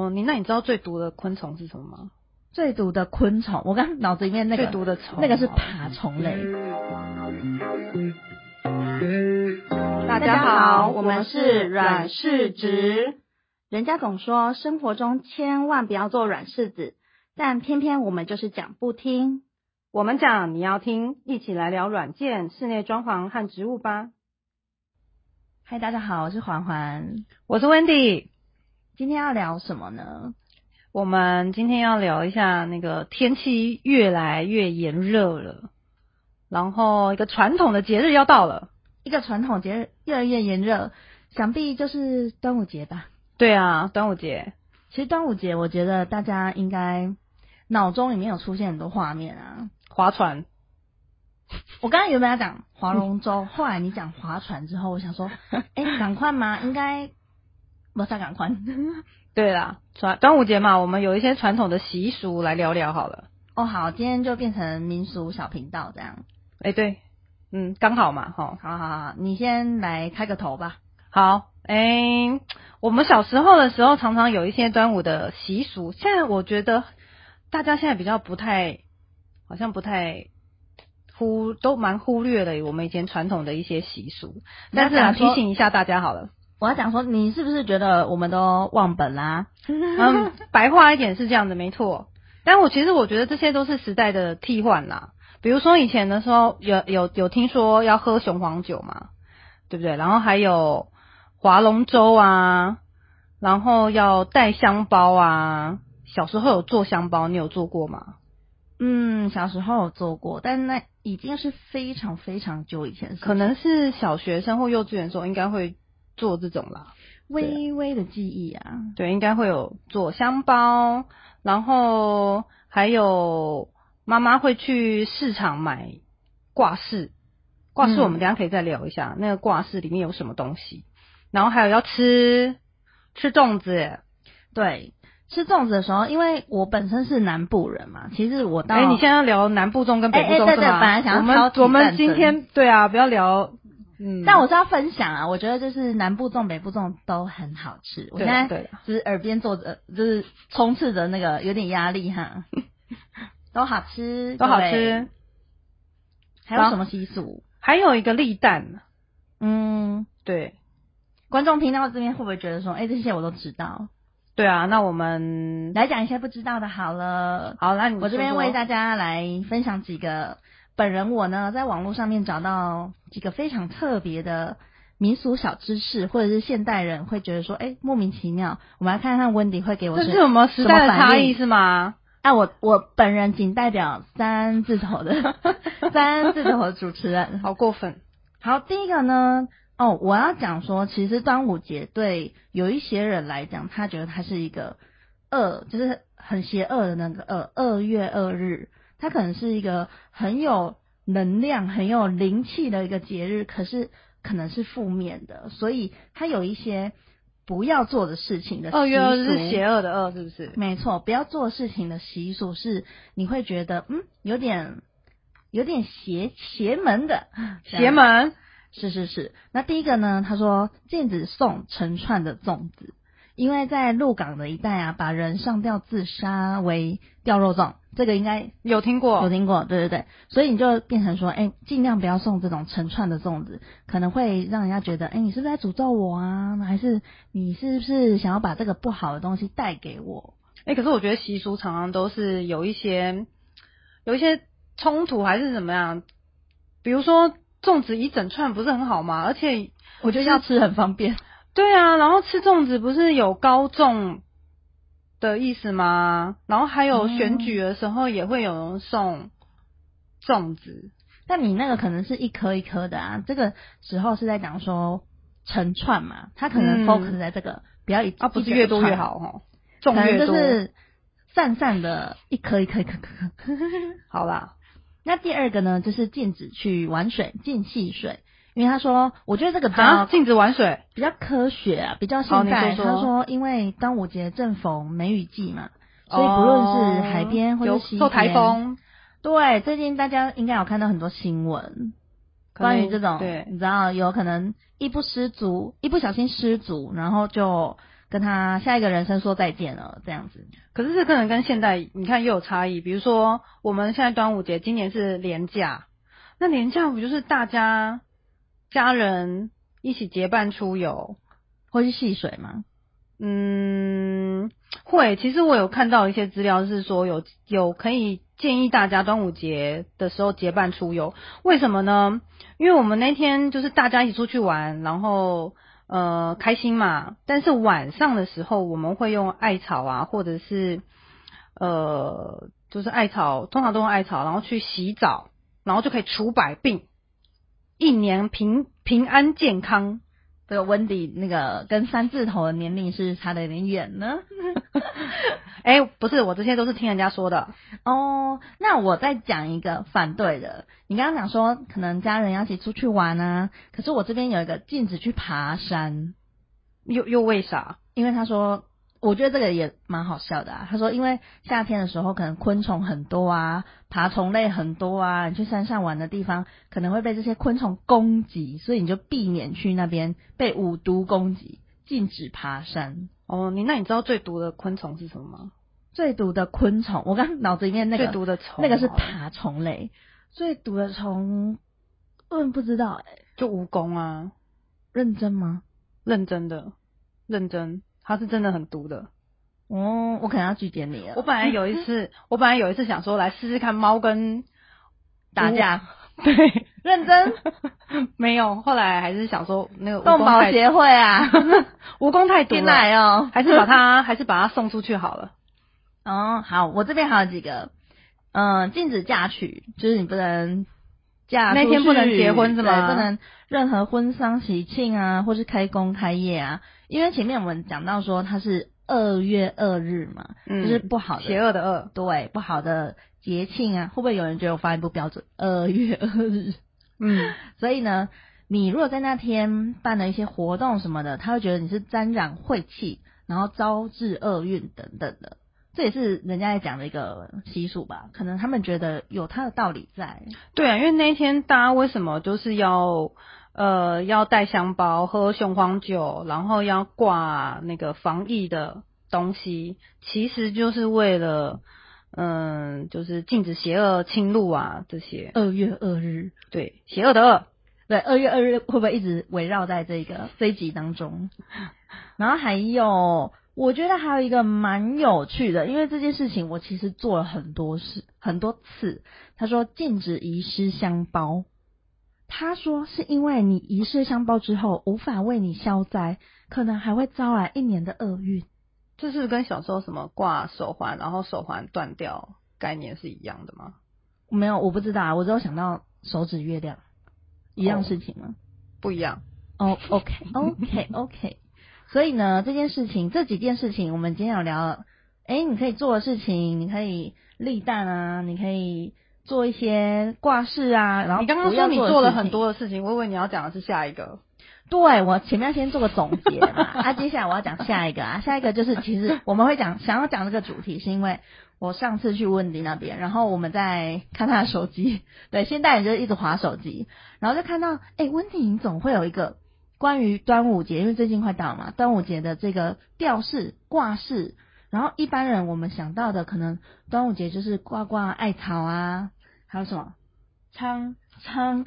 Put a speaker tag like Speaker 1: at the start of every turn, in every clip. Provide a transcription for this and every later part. Speaker 1: 虫，哦你那你知道最毒的昆虫是什么吗？
Speaker 2: 最毒的昆虫，我刚脑子里面那
Speaker 1: 最
Speaker 2: 个
Speaker 1: 毒的虫，啊
Speaker 2: 那个是爬虫类。
Speaker 3: 大家好，我们是软柿子。人家总说生活中千万不要做软柿子，但偏偏我们就是讲不听。
Speaker 1: 我们讲你要听，一起来聊软件、室内装潢和植物吧。
Speaker 2: 嗨，大家好，我是环环。
Speaker 1: 我是 Wendy，
Speaker 2: 今天要聊什么呢？
Speaker 1: 我们今天要聊一下那个天气越来越炎热了，然后一个传统的节日要到了。
Speaker 2: 一个传统节日越来越炎热，想必就是端午节吧。
Speaker 1: 对啊，端午节，
Speaker 2: 其实端午节，我觉得大家应该脑中里面有出现很多画面啊。
Speaker 1: 划船，
Speaker 2: 我刚刚原本要讲划龙 舟，后来你讲划船之后，我想说，哎、赶快吗？应该不太赶快。
Speaker 1: 对啦，传端午节嘛，我们有一些传统的习俗来聊聊好了。
Speaker 2: 哦，好，今天就变成民俗小频道这样。
Speaker 1: 哎，对，嗯，刚好嘛，哈，
Speaker 2: 好好好，你先来开个头吧。
Speaker 1: 好，哎，我们小时候的时候，常常有一些端午的习俗。现在我觉得大家现在比较不太，好像不太忽，都蛮忽略了我们以前传统的一些习俗。
Speaker 2: 你要
Speaker 1: 但是啊，
Speaker 2: 讲说
Speaker 1: 提醒一下大家好了，
Speaker 2: 我要讲说，你是不是觉得我们都忘本啦、
Speaker 1: 嗯，白话一点是这样的，没错。但我其实我觉得这些都是时代的替换啦。比如说以前的时候，有有有听说要喝雄黄酒嘛，对不对？然后还有划龙舟啊，然后要带香包啊。小时候有做香包，你有做过吗？
Speaker 2: 嗯，小时候有做过，但那已经是非常非常久以前的事情，
Speaker 1: 可能是小学生或幼稚园的时候应该会做这种啦。
Speaker 2: 微微的记忆啊。
Speaker 1: 对，应该会有做香包，然后还有妈妈会去市场买挂饰，挂饰我们等一下可以再聊一下，那个挂饰里面有什么东西，然后还有要吃吃粽子，
Speaker 2: 对，吃粽子的时候，因为我本身是南部人嘛，其实我到
Speaker 1: 哎、你现在要聊南部粽跟北部
Speaker 2: 哦哎哎
Speaker 1: 粽
Speaker 2: 对
Speaker 1: 是
Speaker 2: 对
Speaker 1: 吗？
Speaker 2: 本来想要
Speaker 1: 我
Speaker 2: 挑
Speaker 1: 们
Speaker 2: 起
Speaker 1: 我们
Speaker 2: 战
Speaker 1: 今
Speaker 2: 争
Speaker 1: 天对啊，不要聊，嗯，
Speaker 2: 但我是要分享啊，我觉得就是南部粽、北部粽都很好吃。我
Speaker 1: 对
Speaker 2: 现
Speaker 1: 啦
Speaker 2: 在
Speaker 1: 对啦
Speaker 2: 就是耳边坐着，就是充斥着那个有点压力 哈，都好吃，
Speaker 1: 都好
Speaker 2: 各位
Speaker 1: 吃。。
Speaker 2: 还有什么习俗？
Speaker 1: 还有一个立蛋，
Speaker 2: 嗯，
Speaker 1: 对
Speaker 2: 观众听到这边会不会觉得说，哎、这些我都知道？
Speaker 1: 对啊，那我们
Speaker 2: 来讲一些不知道的好了。
Speaker 1: 好，那你
Speaker 2: 我这边
Speaker 1: 说
Speaker 2: 为
Speaker 1: 说
Speaker 2: 大家来分享几个，本人我呢在网络上面找到几个非常特别的民俗小知识，或者是现代人会觉得说，哎、莫名其妙。我们来看看温迪会给我
Speaker 1: 这
Speaker 2: 什
Speaker 1: 是我们时代的
Speaker 2: 什么
Speaker 1: 差
Speaker 2: 反
Speaker 1: 异
Speaker 2: 应
Speaker 1: 是吗？
Speaker 2: 啊，我我本人仅代表三字头的 三字头的主持人。
Speaker 1: 好过分。
Speaker 2: 好，第一个呢，哦，我要讲说，其实端午节对有一些人来讲，他觉得它是一个恶，就是很邪恶的那个恶，二月二日，它可能是一个很有能量、很有灵气的一个节日，可是可能是负面的，所以它有一些不要做的事情的
Speaker 1: 二月二
Speaker 2: 呃习
Speaker 1: 是
Speaker 2: 俗嗯
Speaker 1: 邪恶的恶，是不是？
Speaker 2: 没错，不要做事情的习俗是你会觉得嗯，有点有点邪邪门的
Speaker 1: 邪。门
Speaker 2: 是是是，那第一个呢？他说禁止送成串的粽子，因为在鹿港的一带啊，把人上吊自杀为吊肉粽，这个应该
Speaker 1: 有听
Speaker 2: 有
Speaker 1: 过？
Speaker 2: 听过，对对对，所以你就变成说，哎、尽量不要送这种成串的粽子，可能会让人家觉得，哎、你是不是在诅咒我啊？还是你是不是想要把这个不好的东西带给我？
Speaker 1: 哎、可是我觉得习俗常常都是有一些有一些冲突，还是怎么样？比如说粽子一整串不是很好吗？而且
Speaker 2: 我觉得要吃很方便。
Speaker 1: 对啊，然后吃粽子不是有高粽的意思吗？然后还有
Speaker 2: 嗯
Speaker 1: 选举的时候也会有人送粽子，
Speaker 2: 但你那个可能是一颗一颗的啊，这个时候是在讲说成串嘛，它可能
Speaker 1: 嗯
Speaker 2: focus 在这个，不要一
Speaker 1: 啊，不
Speaker 2: 一
Speaker 1: 是
Speaker 2: 整
Speaker 1: 越多越
Speaker 2: 串，
Speaker 1: 好哦，
Speaker 2: 可
Speaker 1: 粽
Speaker 2: 能
Speaker 1: 越
Speaker 2: 就
Speaker 1: 多。
Speaker 2: 是散散的一颗一颗一颗一颗。
Speaker 1: 好啦，
Speaker 2: 那第二个呢，就是禁止去玩水，禁戏水，因为他说，我觉得这个比较、
Speaker 1: 啊，禁止玩水，
Speaker 2: 比较科学啊，比较
Speaker 1: 好
Speaker 2: 现
Speaker 1: 你
Speaker 2: 代。
Speaker 1: 说
Speaker 2: 他
Speaker 1: 说
Speaker 2: 说，因为端午节正逢梅雨季嘛，所以不论是海边或
Speaker 1: 哦有
Speaker 2: 是西
Speaker 1: 受台
Speaker 2: 边
Speaker 1: 风，
Speaker 2: 对，最近大家应该有看到很多新闻，
Speaker 1: 可能
Speaker 2: 关于这种，
Speaker 1: 对
Speaker 2: 你知道有可能一不失足，一不小心失足，然后就跟他下一个人生说再见了，这样子。
Speaker 1: 可是这可能跟现代你看又有差异，比如说我们现在端午节，今年是连假，那连假不就是大家家人一起结伴出游？
Speaker 2: 会去戏水吗？
Speaker 1: 嗯，会。其实我有看到一些资料是说有有可以建议大家端午节的时候结伴出游，为什么呢？因为我们那天就是大家一起出去玩，然后呃开心嘛。但是晚上的时候我们会用艾草啊，或者是呃就是艾草，通常都用艾草，然后去洗澡，然后就可以除百病，一年平平安健康。
Speaker 2: 这个温迪那个跟三字头的年龄是差的有点远呢。
Speaker 1: 哎、不是，我这些都是听人家说的。
Speaker 2: 哦，那我再讲一个反对的。你刚刚讲说可能家人要一起出去玩啊，可是我这边有一个禁止去爬山，
Speaker 1: 又又为啥？
Speaker 2: 因为他说，我觉得这个也蛮好笑的啊。他说，因为夏天的时候可能昆虫很多啊，爬虫类很多啊，你去山上玩的地方可能会被这些昆虫攻击，所以你就避免去那边被五毒攻击，禁止爬山。
Speaker 1: 哦，你那你知道最毒的昆虫是什么吗？
Speaker 2: 最毒的昆虫，我刚脑子里面那个
Speaker 1: 最毒的虫，
Speaker 2: 那个是爬虫类，最毒的虫，嗯，不知道哎、
Speaker 1: 就蜈蚣啊，
Speaker 2: 认真吗？
Speaker 1: 认真的，认真，它是真的很毒的。
Speaker 2: 哦，我可能要拒绝你了。
Speaker 1: 我本来有一 次，我本来有一次想说来试试看猫跟
Speaker 2: 打 架，
Speaker 1: 对，
Speaker 2: 认真
Speaker 1: 没有，后来还是想说那个蜈
Speaker 2: 动
Speaker 1: 蚣
Speaker 2: 保
Speaker 1: 太
Speaker 2: 协会啊，
Speaker 1: 蜈蚣太毒
Speaker 2: 进
Speaker 1: 了，
Speaker 2: 来哦。
Speaker 1: 还是把它还是把它送出去好了。
Speaker 2: 哦，好，我这边还有几个，嗯、禁止嫁娶，就是你不能嫁
Speaker 1: 那
Speaker 2: 出
Speaker 1: 天不能
Speaker 2: 去
Speaker 1: 结婚是吗
Speaker 2: 对不能任何婚丧喜庆啊，或是开工开业啊，因为前面我们讲到说它是二月二日嘛，
Speaker 1: 嗯，
Speaker 2: 就是不好的
Speaker 1: 邪恶的恶，
Speaker 2: 对不好的节庆啊，会不会有人觉得我发音不标准？二月二日，
Speaker 1: 嗯，
Speaker 2: 所以呢，你如果在那天办了一些活动什么的，他会觉得你是沾染晦气，然后招致厄运等等的。这也是人家在讲的一个习俗吧，可能他们觉得有他的道理在。
Speaker 1: 对啊，因为那一天大家为什么就是要呃要带香包、喝雄黄酒，然后要挂那个防疫的东西，其实就是为了嗯，就是禁止邪恶侵入啊这些。
Speaker 2: 二月二日，
Speaker 1: 对，邪恶的恶，
Speaker 2: 对，二月二日会不会一直围绕在这个这一集当中？然后还有，我觉得还有一个蛮有趣的，因为这件事情我其实做了很多事很多次。他说禁止遗失香包，他说是因为你遗失香包之后无法为你消灾，可能还会招来一年的厄运。
Speaker 1: 这是跟小时候什么挂手环，然后手环断掉概念是一样的吗？
Speaker 2: 没有，我不知道啊，我只有想到手指月亮一样事情吗？
Speaker 1: 不一样。
Speaker 2: 哦，OK，OK，OK、o k o k o k 所以呢，这件事情，这几件事情，我们今天有聊了。哎，你可以做的事情，你可以立蛋啊，你可以做一些挂饰啊。然后
Speaker 1: 你刚刚
Speaker 2: 不
Speaker 1: 说
Speaker 2: 要
Speaker 1: 你
Speaker 2: 做的
Speaker 1: 做了
Speaker 2: 事
Speaker 1: 很
Speaker 2: 情，
Speaker 1: 多的事情，我以为你要讲的是下一个。
Speaker 2: 对我前面要先做个总结嘛。啊，接下来我要讲下一个啊，下一个就是其实我们会讲想要讲这个主题，是因为我上次去温迪那边，然后我们在看他的手机，对，现代人就是一直划手机，然后就看到，哎、温迪你总会有一个关于端午节，因为最近快到了嘛，端午节的这个吊饰挂饰，然后一般人我们想到的可能端午节就是挂挂艾草啊，还有什么
Speaker 1: 仓
Speaker 2: 仓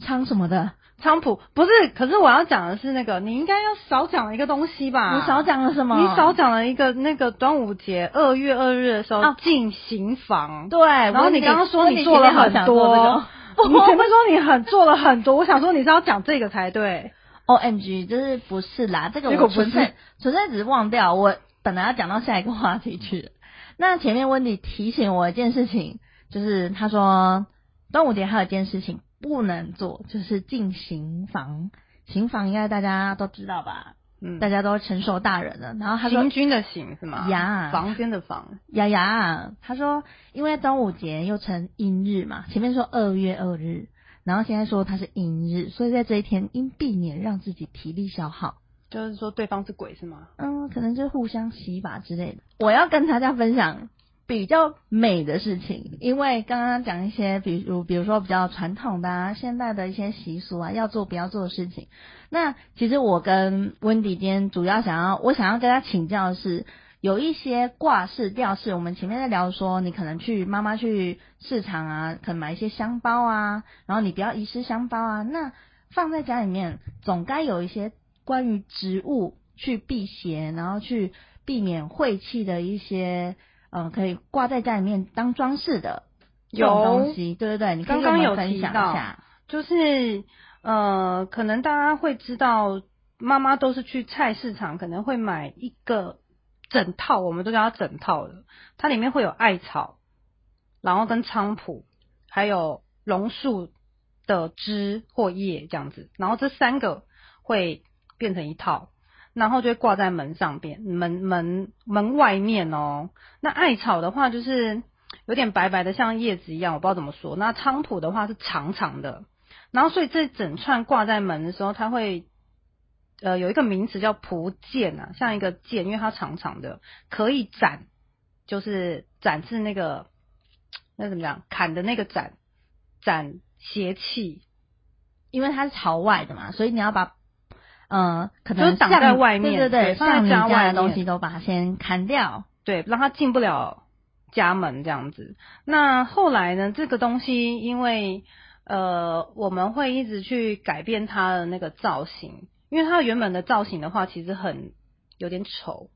Speaker 2: 仓什么的，
Speaker 1: 菖蒲不是，可是我要讲的是那个，你应该要少讲了一个东西吧？
Speaker 2: 你少讲了什么？
Speaker 1: 你少讲了一个那个端午节二月二日的时候
Speaker 2: 啊
Speaker 1: 进行 房，
Speaker 2: 对，然
Speaker 1: 然后你刚刚说你做了很多，你前面说你很做了很多，我想说你是要讲这个才对。
Speaker 2: O M 哦 G，就是不是啦？这个
Speaker 1: 结果
Speaker 2: 我
Speaker 1: 不
Speaker 2: 纯粹
Speaker 1: 是
Speaker 2: 纯粹只是忘掉，我本来要讲到下一个话题去了。那前面温迪提醒我一件事情，就是他说端午节还有一件事情不能做，就是进刑房。刑房应该大家都知道吧？
Speaker 1: 嗯，
Speaker 2: 大家都成熟大人了。然后他说
Speaker 1: 行军的行是吗？
Speaker 2: 呀
Speaker 1: 房间的房，
Speaker 2: 雅雅，她说，因为端午节又称阴日嘛，前面说二月二日，然后现在说它是阴日，所以在这一天应避免让自己体力消耗，
Speaker 1: 就是说对方是鬼是吗？
Speaker 2: 嗯，可能就是互相洗吧之类的。我要跟大家分享比较美的事情，因为刚刚讲一些，比如比如说比较传统的、啊、现代的一些习俗啊，要做不要做的事情。那其实我跟温迪今天主要想要，我想要跟他请教的是，有一些挂饰、吊饰，我们前面在聊说，你可能去妈妈去市场啊，可能买一些香包啊，然后你不要遗失香包啊。那放在家里面，总该有一些关于植物去辟邪，然后去避免晦气的一些。嗯，可以挂在家里面当装饰的
Speaker 1: 有
Speaker 2: 东西，对对对，你
Speaker 1: 刚刚有
Speaker 2: 分
Speaker 1: 提
Speaker 2: 享一
Speaker 1: 到
Speaker 2: 下，
Speaker 1: 就是呃，可能大家会知道，妈妈都是去菜市场，可能会买一个整套，我们都叫它整套的，它里面会有艾草，然后跟菖蒲，还有榕树的枝或叶这样子，然后这三个会变成一套。然后就会挂在门上边，门门门外面哦。那艾草的话，就是有点白白的，像叶子一样，我不知道怎么说。那菖蒲的话是长长的，然后所以这整串挂在门的时候，它会呃有一个名词叫蒲剑啊，像一个剑，因为它长长的，可以斩，就是斩是那个那怎么讲，砍的那个斩，斩邪气，
Speaker 2: 因为它是朝外的嘛，所以你要把呃，可
Speaker 1: 就
Speaker 2: 能
Speaker 1: 是挡
Speaker 2: 像
Speaker 1: 在外面对
Speaker 2: 对对
Speaker 1: 放在
Speaker 2: 像你
Speaker 1: 家外
Speaker 2: 的东
Speaker 1: 面
Speaker 2: 西都把它先砍掉，
Speaker 1: 对，让他进不了家门这样子。那后来呢，这个东西因为呃，我们会一直去改变它的那个造型，因为它原本的造型的话，其实很有点丑，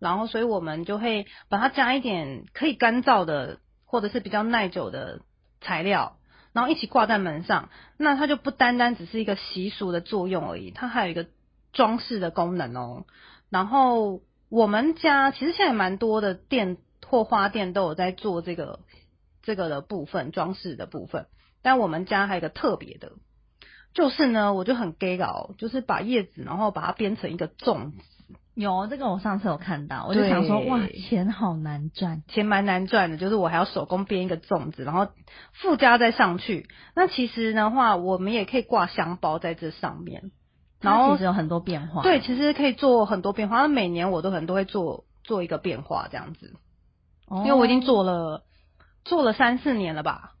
Speaker 1: 然后所以我们就会把它加一点可以干燥的或者是比较耐久的材料。然后一起挂在门上，那它就不单单只是一个习俗的作用而已，它还有一个装饰的功能哦。然后我们家其实现在蛮多的店或花店都有在做这个这个的部分装饰的部分，但我们家还有一个特别的，就是呢，我就很 gay 搞，就是把叶子然后把它编成一个粽子，
Speaker 2: 有这个我上次有看到，我就想说
Speaker 1: 对
Speaker 2: 哇，钱好难赚，
Speaker 1: 钱蛮难赚的，就是我还要手工编一个粽子，然后附加再上去。那其实的话，我们也可以挂香包在这上面，然
Speaker 2: 它
Speaker 1: 后
Speaker 2: 其实有很多变化，
Speaker 1: 对，其实可以做很多变化。那每年我都可能都会做做一个变化这样子。
Speaker 2: 哦，
Speaker 1: 因为我已经做了做了三四年了吧。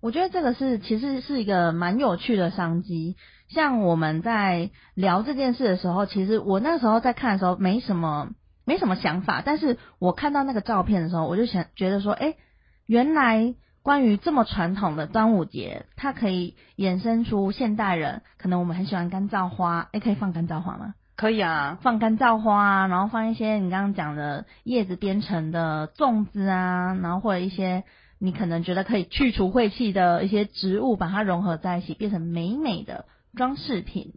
Speaker 2: 我觉得这个是其实是一个蛮有趣的商机。像我们在聊这件事的时候，其实我那时候在看的时候没什么没什么想法，但是我看到那个照片的时候，我就想觉得说，哎，原来关于这么传统的端午节，它可以衍生出现代人，可能我们很喜欢干燥花，哎，可以放干燥花吗？
Speaker 1: 可以啊，
Speaker 2: 放干燥花啊，然后放一些你刚刚讲的叶子编成的粽子啊，然后或者一些你可能觉得可以去除晦气的一些植物，把它融合在一起，变成美美的装饰品。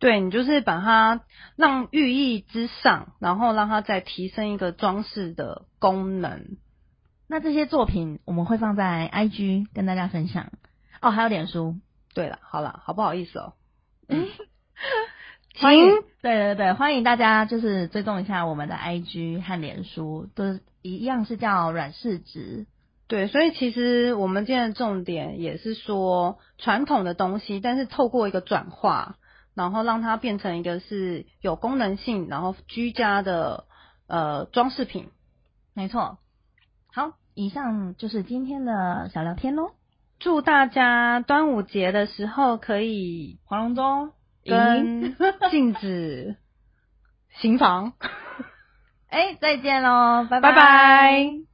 Speaker 1: 对你就是把它让寓意之上，然后让它再提升一个装饰的功能。
Speaker 2: 那这些作品我们会放在 IG 跟大家分享哦，还有脸书。
Speaker 1: 对了，好了，好不好意思哦？
Speaker 2: 嗯 欢迎
Speaker 1: 行，
Speaker 2: 对对对，欢迎大家就是追踪一下我们的 IG 和脸书，都一样是叫软柿子。
Speaker 1: 对，所以其实我们今天的重点也是说传统的东西，但是透过一个转化，然后让它变成一个是有功能性，然后居家的呃装饰品。
Speaker 2: 没错。好，以上就是今天的小聊天喽。
Speaker 1: 祝大家端午节的时候可以
Speaker 2: 划龙舟
Speaker 1: 跟 禁止行房。
Speaker 2: 哎，再见喽，拜
Speaker 1: 拜
Speaker 2: 拜
Speaker 1: 拜